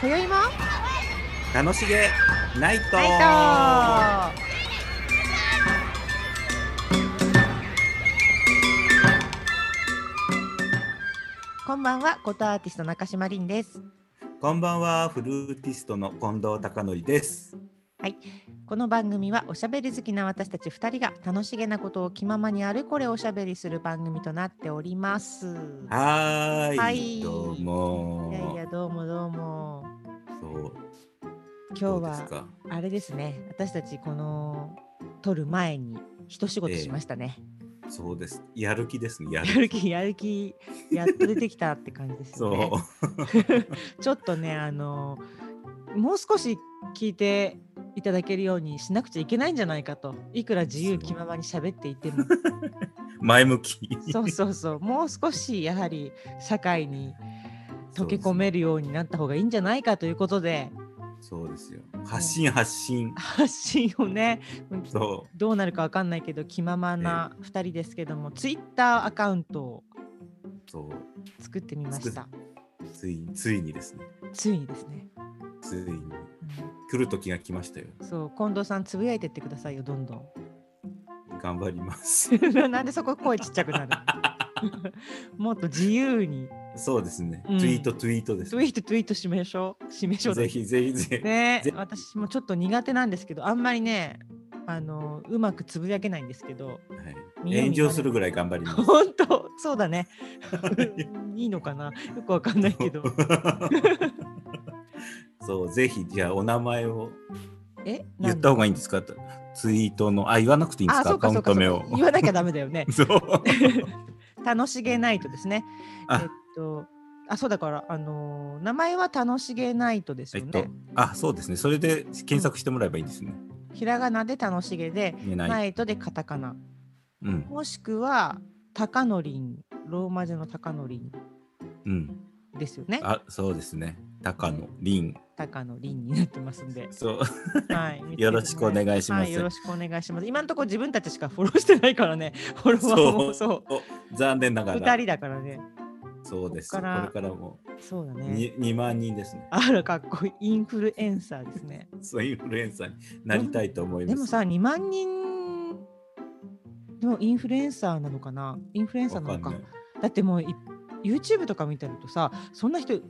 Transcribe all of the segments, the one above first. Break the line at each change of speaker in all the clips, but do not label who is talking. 今宵も
楽しげナイト
ナイトこんばんは、ことアーティスト中島凛です。
こんばんはフルーティストの近藤孝則です
この番組はおしゃべり好きな私たち2人が楽しげなことを気ままにあれこれおしゃべりする番組となっております。
はーい
はい
どう
い
も
やいや、どうもどうも。
そう
今日
どうです
は
か
あれですね、私たちこの撮る前に一仕事しましたね。
そうですやる気ですねやる
やる気、やる気、やっと出てきたって感じです
そ
よ
う、
ね。ちょっとね、あの、もう少し聞いていただけるようにしなくちゃいけないんじゃないかと、いくら自由気ままに喋っていても、
前向き
そうそうそう、もう少しやはり社会に溶け込めるようになった方がいいんじゃないかということで、
そうですよ発信発信
発信をね、
そ
どうなるかわかんないけど、気ままな2人ですけども、ツイッターアカウントを
うそう
作ってみました。
ついついにですね
ついにですね。
ついに来る時が来ましたよ
うんそう近藤さんつぶやいてってくださいよどんどん
頑張ります
なんで そこ声ちっちゃくなる もっと自由に
そうですね、
うん
ツイートツイートです
ツイートツイートしましょうしましょう
ぜひぜひぜひ、
ね
ぜ
私もちょっと苦手なんですけどあんまりねあのうまくつぶやけないんですけど
はい、炎上するぐらい頑張ります
本当そうだね
い
いいのかなよくわかんない けど
そう、ぜひ、じゃあ、お名前を
え
言った方がいいんですすかツイートの、あ、言わなくていいんです
あ
か
そ
ア
うか
カウ
そう
ン
か
ト
そう
名を
か。言わなきゃダメだよ ね
そう。
楽しげナイトですねえっ
あ、
とあそうだからあのー名前は楽しげナイトです
え
よ
っ
ね、
と、あ、そうですね。それで検索してもらえばいいんですね。
ひらがなで楽しげで
言えない。
ナイトでカタカナ
うん、
もしくはタカノリンローマ字のタカノリン
うん。
ですよね
あ、そうですね。高野凛。
タカノリンになってますん で
そう。
はい見つけて
よろしくお願いします
はよろしくお願いします今のところ自分たちしかフォローしてないから ねフォロワーもそう
お残念なが
2
ら。
人だからね
そうです。
こっ
これ
から
からも
そうだね
に2万人ですね。
あらかっこいいインフルエンサーですね
そうインフルエンサーになりたいと思います。
でもさ、2万人でもインフルエンサーなのかなインフルエンサーな
わ
のか。
んない
だってもうい YouTube とか見てるとさ、そんな人いっ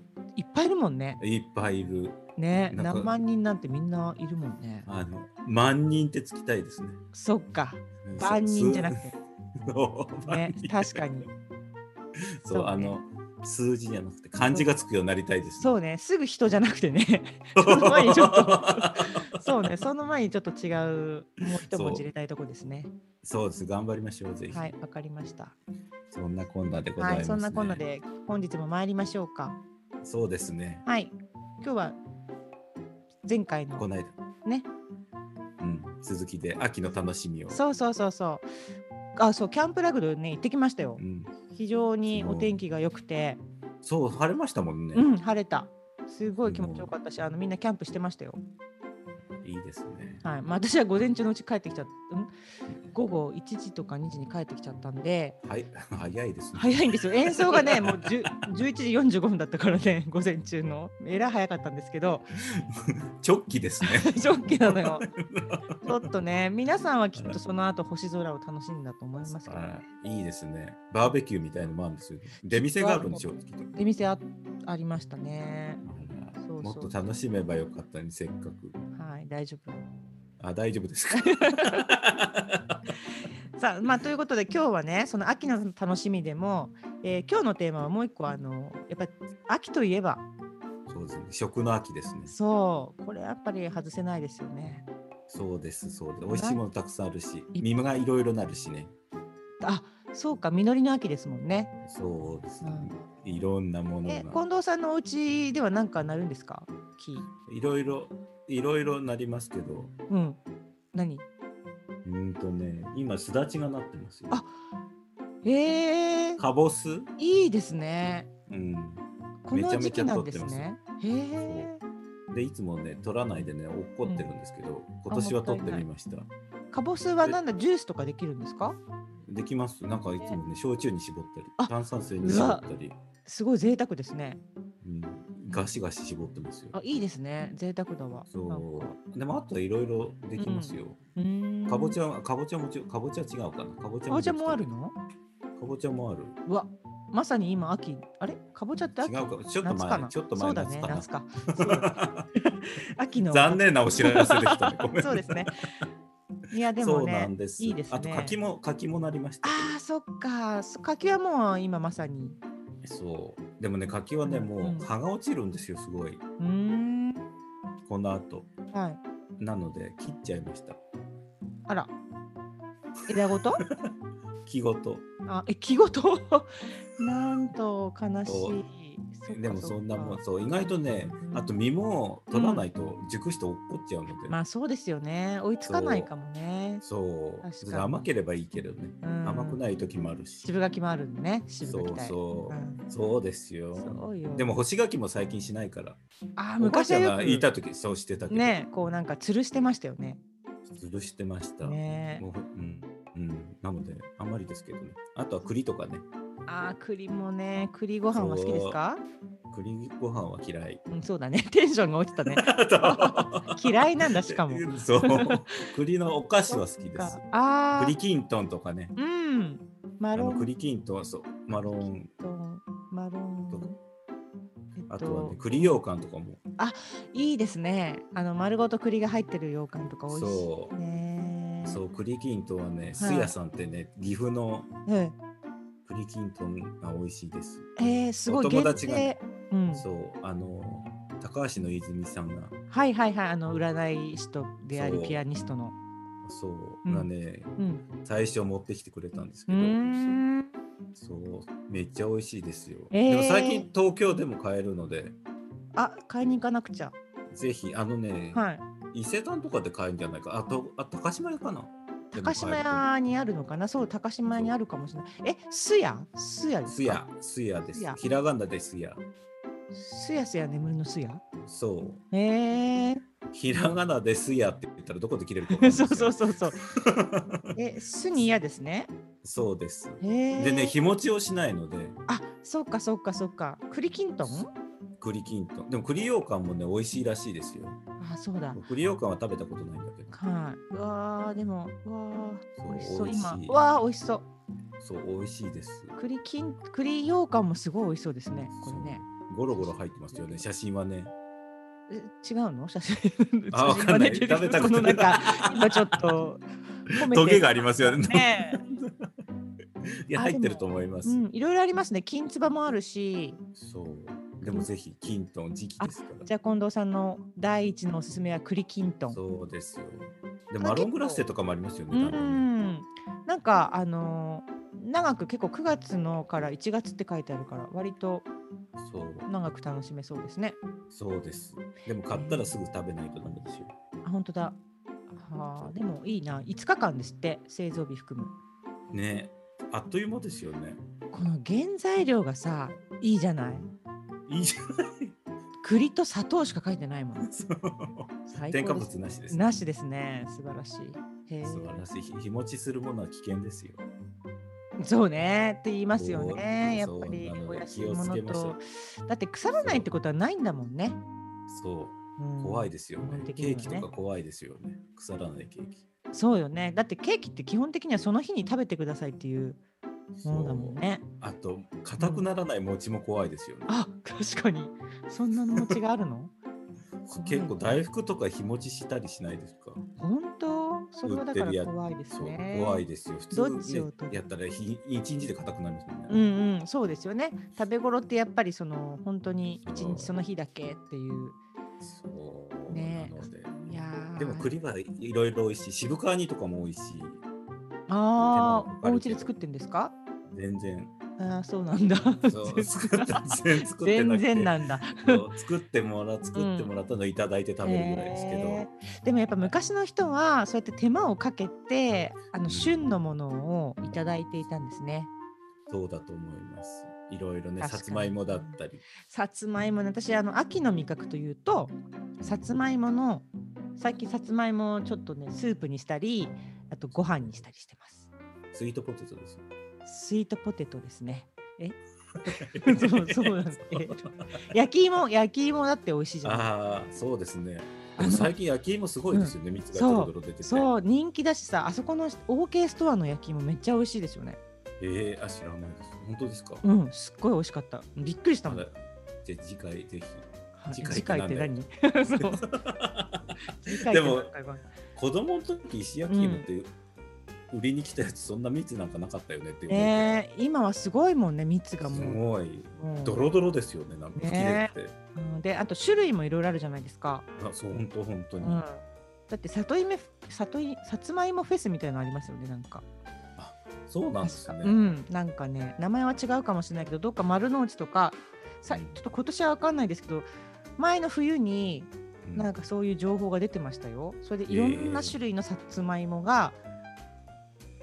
ぱいいるもんね。
いっぱいいる。
ね、
なんか
何万人なんてみんないるもんね。
あの、万人ってつきたいですね。
そっか、万人じゃなくて。
そう、万
ね
人、
確かに。
そう、
そうね
あの、数字じゃなくて、漢字がつくようになりたいです、。
そううね、すぐ人じゃなくてね。
そ
その前にちょっとそうね、その前にちょっと違う、もう一文字入れたいとこですね。
そうです、頑張りましょう、ぜひ。
はい、わかりました。
そんなこんなでございます、
はい、
ね。
そんなこんな。で本日も参りましょうか。
そうですね。
はい、今日は前回の
この間。
ね。
うん、続きで秋の楽しみを。
そうそうそうそうあそうキャンプラグドね行ってきましたよ
うん、
非常に
そう
お天気が良くて
そう、晴れましたもんね。
うん晴れたすごい気持ちよかったしあのみんなキャンプしてましたよ
いいですね。
はい、まあ、私は午前中のうち帰ってきちゃったん午後1時とか2時に帰ってきちゃったんで
はい、 早いですね。
早いんですよ演奏がねもう10 11時45分だったからね 午前中のえらい早かったんですけど
直帰です ね。
ショッキーなの よちょっとね皆さんはきっとその後星空を楽しんだと思いますけど、ね
あ、いいですね。バーベキューみたいのもあるんですよ。出店があるんでしょう、きっと。
出店あありましたね
あら
そうそう
もっと楽しめばよかったに、せっかく。
はい大丈夫
あ、大丈夫です か。
さあ、まあ、ということで今日はねその秋の楽しみでも、えー今日のテーマはもう一個あのやっぱ秋といえば
そうですね。食の秋ですね。
そうこれやっぱり外せないですよね
そうです。そうです。美味しいものたくさんあるし、身がいろいろなるしね。
あそうか実りの秋ですもんね、
そうです
う
ね。
ん
いろんなもの
え
が。
近藤さんのお家では何かなるんですか木
いろいろ、いろいろなりますけど。
うん何
うーんとね、今すだちがなってますよ。
あへえ
かぼす。
いいですね
うん。
この時期なんです
めちゃ
ねへえ
で、いつもね、取らないでね、怒ってるんですけど、今年は取ってみました。
かぼすはなんだジュースとかできるんですか
できます。なんかいつもね、焼酎に絞ったり
あ、
炭酸水に絞ったり。
すごい贅沢ですね
うんガシガシ絞ってますよ。
あいいですね贅沢だわなんか
そう。でもあとはいろいろできますよ。
うーん
かぼち
ゃ
ゃは、かぼちゃもち、かぼちゃ違うかな。かぼちゃ
かぼちゃもある
で
の
きたかぼちゃもある。
うわまさに今秋あれかぼちゃって
違
秋
うか、ちょっと
夏かな
前、ちょっと前
そうだね夏
夏か
かそうだね秋の
な。 残念なお知らせでしたね。ごめんなさ
そ
い
うですね。い やで
そ
も
うな
ね
んです。
いいですね
あと柿も柿もなりましたけど。
ああそっかそ柿はもう今まさに
そう。でもね柿はねも
うん
う葉が落ちるんですよすごいう
ーん
この後。
はい
なので切っちゃいました。
あら枝ごと
木ごと。
あえ木ごと なんと悲しいそっか
でもそんなも
そ
ん
っ
そう意外とね
うん
あと実も取らないと熟して落っこっちゃうので。
かまあそうですよね追いつかないかもね
そう
確かに
それ甘ければいいけどね、
うん
甘くない時もあるし
渋柿もあるんでね渋
そ
柿
う
たい
そうう、
ん
そうですよ
そうよ
でも干し柿も最近しないから
あー
お母
昔
ちゃ
は
ん
よ
が
く
いた時そうしてたけど、
ねこうなんか吊るしてましたよね
潰してました、
ね
もううんうん、なのであんまりですけどねあとは栗とかね
ああ栗もね栗ご飯は好きですか
栗ご飯は嫌い
うん、そうだね。テンションが落ちたね。 嫌いなんだ、しか も。
そう栗のお菓子は好きです
ああ
栗、きんとんとかね
うん。マ
あ
ロ
の
ン
栗きんとんはそうマロン
とマロン。えっ
あとはね
と、
栗羊羹とかも
いいですね。あの丸ごと栗が入ってる羊羹とか美味し
そう
いね。。
そうう栗きんとんはねすやさんってね岐阜の
え
栗きんとんが美味しいです、
えー、すごい
お友達がね
限定うん。
そうあの高橋の泉さんが
はいはいはい。あの占い師とであり
そう
ピアニストの。
そう、
うん
がね
うん。
最初持ってきてくれたんです
う
けど、
ーん。
そうめっちゃ美味しいですよ、
えー
でも最近東京でも買えるので
あ、買いに行かなくちゃ。
ぜひあのね、
はい。
伊勢丹とかで買えるんじゃないかあとあ高島屋かなでも
高
買
島
えると思う
屋にあるのかなそう、高島屋にあるかもしれない。え、すやすやです
す
か
やすやです
すや
ひらがなですや
すやすや眠りのすや
そう
へえ
ひらがなですやって言ったらどこで切れるかわかんな
ー、
い です
そ
よ
う そうそうそう。え、すに嫌ですね。
そうです
へえー。
でね、日持ちをしないので、
あ、そうかそうかそうか。栗きんとん
栗きんとん。でも栗羊羹もね、美味しいらしいですよ。
あ、そうだ。
栗羊羹は食べたことないんだけど、
はい。うわー、でも、うわ
そう
ー、美味しそう。
美味しい
今、うわー、美味しそう。
そう、美味しいです。
栗きん、栗羊羹もすごい美味しそうですね。これね。
そうゴロゴロ入ってますよね、写真はね。
え違うの写真。
あ
写
わ
真
かんない
が出てる
食べたこ
ことの
な
ないんか、今ちょっと、褒めて
トゲがありますよね
ねえ。
いや、
あで
入
も
ってると思います。
うん、いろいろありますね。きんつばもあるし、
そう。でもぜひ、きんとん時期ですから。
じゃあ近藤さんの第一のおすすめは栗きんとん。
そうですよ。
あ
で、マロングラッセとかもありますよ
う
ね。多分ね
ん、なんかあのー長く結構9月のから1月って書いてあるから割と
そう、
長く楽しめそうですね。
そうです。でも買ったらすぐ食べないとダメですよ。
あ本当だ。はあでもいいな5日間ですって製造日含む。
ね、あっという間ですよね。
この原材料がさいいじゃない。
いいじゃ
栗と砂糖しか書いてないもん。
ん。
最
添加
高です
物。なしです。
なしですね。素晴らしい。へえ
素晴らしい。日日持ちするものは危険ですよ。
そうねって言いますよね。や
そう
っぱり
そうなの
お
で
安いも
気をつ
の
けましょ
と。だって腐らないってことはないんだもんね。
そうう、
ん
怖いですよ
基
ね
本。的に
ケ
はね
ーキとか怖いですよね。腐らないケーキ。
そうよね。だってケーキって基本的にはその日に食べてくださいっていうものだもんね。
あと、硬くならない餅も怖いですよね。
あ確かに。そんなの餅がある の怖い
結構大福とか日持ちしたりしないですか。
本当それは
売
だ
って
か
るや
ら
つ
怖いです
そう、
ね。
怖いですよ。普通
どっちを取
ね
る
やったら日一日で硬くなりますもんね。
うんうん、そうですよね。食べ頃ってやっぱりその本当に一日
そう
その日だけっていう。
そう、
ね
なので。
いやー
でも栗はいろいろ美味しい。渋川煮とかも美味しい。
ああ、お家
手間がかかるけど
で作ってんですか
全 然。
ああ、そうなんだ。
そう作った全然作って
全
なくて
然なんだ。
そう作ってもら作ってもらったのをいただいて食べるぐらいですけど、
へーでもやっぱ昔の人はそうやって手間をかけてあの旬のものをいただいていたんですね。
そうだと思いますいろいろ
確
ね
か
さ
に
つまいもだったり
さつまいもね私あの秋の味覚というとさつまいもの最近さつまいもをちょっとねスープにしたりあとご飯にしたりしてます。
スイートポテトですよ
スイートポテトですね。えそうそう なんですえっと焼き芋焼き芋だって美味しいじゃない
ああ、そうですね。
あ
で
の
も最近焼き芋すごいですよね。蜜がドロドロ出てて。
そう人気だしさあそこの OK ストアの焼き芋めっちゃ美味しいですよね
ええあ、知らないです。本当ですか。
うんすっごい美味しかったびっくりしたもん
あらじゃあ次回ぜひ。
はい
次回
次回って何そう次回って
でも
何回か
子供の時石焼き芋って、売りに来たやつそんな蜜なんかなかったよねって思うけど
ねえ今はすごいもんね蜜が
す
もう
ごい
もう
ドロドロですよねなんか吹き出
ね
てて、
うんであと種類もいろいろあるじゃないですか、
あそう本当本当
う
に、
ん、だって里芋里いさつまいもフェスみたいなのありますよねなんか
そうなんです
確
ね、
かうんなんかね名前は違うかもしれないけどどっか丸の内とかさ
う
ち
ん
ょっと今年は分かんないですけど前の冬に
うん
なんかそういう情報が出てましたよそれでいろんな種類のさつまいもが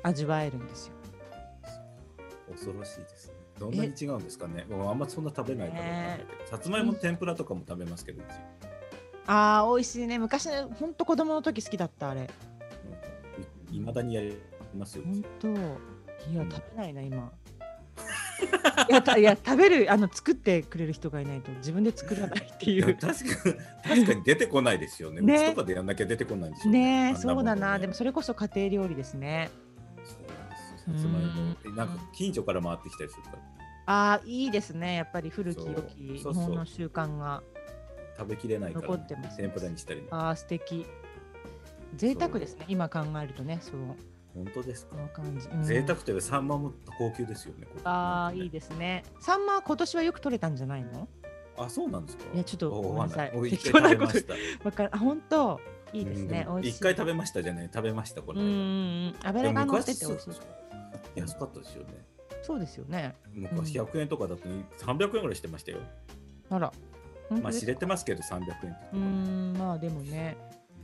味わえるんですよ、
恐ろしいですねどんなに違うんですかね僕あんまそんな食べないからわかんないけどさつまいも天ぷらとかも食べますけどうち
あー美味しいね昔ねほんと子供の時好きだったあれ
いまだにやりますよ、う
本
ち
当いや
うん
食べないな今いやたいや食べるあの作ってくれる人がいないと自分で作らないってい
でも
う
確か確かに出てこないですよね
ね
うちとかでやんなきゃ出てこないんでしょ
ねえ
あんもん
そうだな、
ね
でもそれこそ家庭料理ですね
そうなんですよさつまいもえなんか近所から回ってきたりするから
ああいいですねやっぱり古き良き日
そうそうそう
本の習慣が
食べきれないから、
残ってます
天ぷらにしたりね
ああ素敵贅沢ですね今考えるとねその
本当ですか
この感じ、うん
贅沢といえばサンマも高級ですよね。これ
ああいいですねサンマは今年はよく取れたんじゃないの
あ、そうなんですか。
いやちょっと
お
ごめんなさい
わかんない
適
一
当
回
な
食べ
こと
ました。
わかるあ本当 いいですね、
う
美
ん
味しい
一回食べましたじゃない、食べましたこ
う
れ。
んうんうん油が乗ってて美味しい
そう安かったですよね。
そうですよね
昔
うん
100円とかだと300円ぐらいしてましたよ。
あら
まあ知れて
ま
ますけど300円って言って
うー
もね。
んまあでもね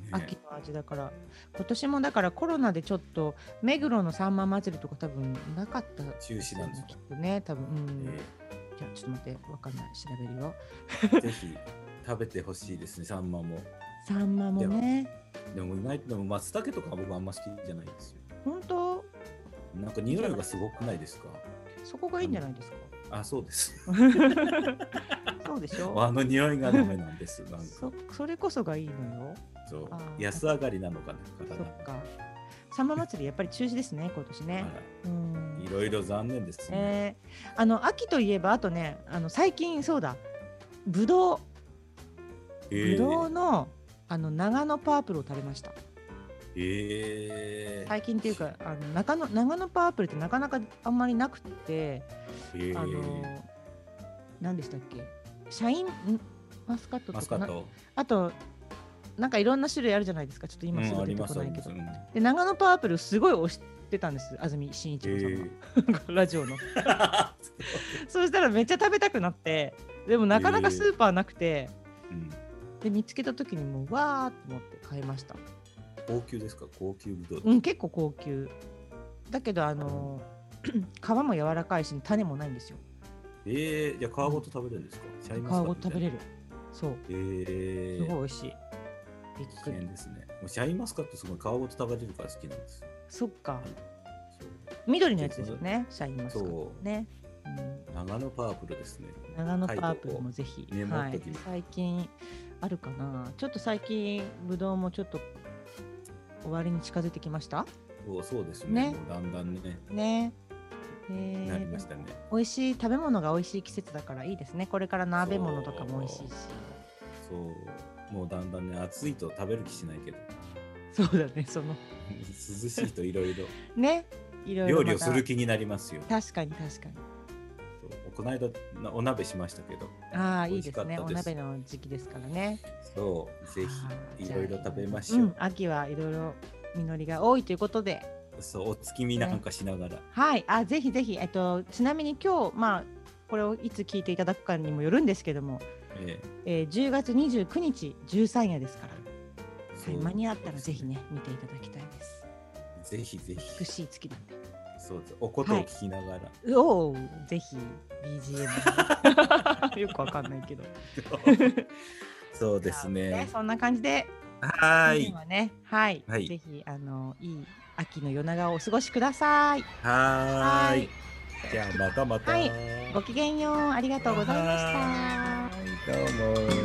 秋
ね
の味だから今年もだからコロナでちょっと目黒のさんま祭りとか多分なかった
中止なんです
き
か
っ。とね多分うん、
え
じゃあちょっと待ってわかんない調べるよ
えぜひ食べてほしいですね、サンマも。
サンマもね
でも意外とでも松茸とか僕あんま好きじゃないですよ。
本当
なんか匂いがすごくないですか。
そこがいいんじゃないですか
あ、そうです。
そうでしょ
あの匂いがダメなんです。なんか
そそれこそがいいのよ
そう
あー
安上がりなのかな。
そ
体
っかサンマ祭りやっぱり中止ですね今年ね
あ
う
ら
ん
いろいろ残念です
え
ね。
ーあの秋といえばあとねあの最近そうだぶどう
え
ぶどうのあの長野パープルを食べました
えー
最近っていうかあの中野長野パープルってなかなかあんまりなくて
えー
あの何でしたっけシャインんマスカット
マ
と
ス
か
カ
な
ット。
あとなんかいろんな種類あるじゃないですかちょっと今す
うん
ぐ
あ
出
り
て
ま
こ
す。
な
あ
い
り
け
ます
ど、
うん
で長野パープルすごい推してたんです安住紳一郎 さんが、ラジオの
え ー
そしたらめっちゃ食べたくなってでもなかなかスーパーなくて、
うん
で見つけた時にもうわーって思って買いました、
高級ですか。高級ぶどう。
うん、結構高級だけどあの 皮も柔らかいし種もないんですよ
ええー、じゃあ皮ごと食べれるんですか。シャイ
皮
ンマスカッ
ご
ト
と食べれるそう
みたいな。え
すご
え
い美
ー。
味しいびっく
危険
り
ですね。もうシャインマスカットすごい皮ごと食べれるから好きなんですよ。
そっか
そう
緑のやつですよねシャインマスカット
そう
ね、うん
長野パープルですね。
長野パープルもぜひ、
メモ
は
っと
い
きます、
最近あるかなちょっと最近ぶどうもちょっと終わりに近づいてきました
そうそうです
ね
ね。もうだんだんね、
ねえー
なりましたね。
美味しい食べ物が美味しい季節だからいいですねこれから鍋物とかも美味しいし
そう、もうだんだんね、暑いと食べる気しないけど、
そうだねその
涼しいとい ろいろ
ねいろいろ
料
また
理をする気になりますよ。
確かに確かに
そうこの間なお鍋しましたけど、
ああ
美
いい
味
で
しか
す
った
ね
です
お鍋の時期ですからね
そう、ぜ
はい
ひい
じゃあ
ろいろ食べましょう。
ん秋はいろいろ実りが多いということで
そう、お月見なんかしながら、
はい、あぜひぜひ、えっと、ちなみに今日、まあ、これをいつ聞いていただくかにもよるんですけども、
え
えー、10月29日、13夜ですから、
え
は
そ
いう間に合ったらぜひね、見ていただきたいです。
ぜひぜ
美
ひ、
しい月なんで。
そうですおことを聞きながら、
うおうぜひ BGM に よくわかんないけど
そうで
じゃ
す
あ
ね。
そんな感じで今
はい
日、はねはい、
はい
ぜひあのいい秋の夜長をお過ごしください
はー
は
い。じゃあまたまた。
はいごきげんよう。ありがとうございました。
はいどうも。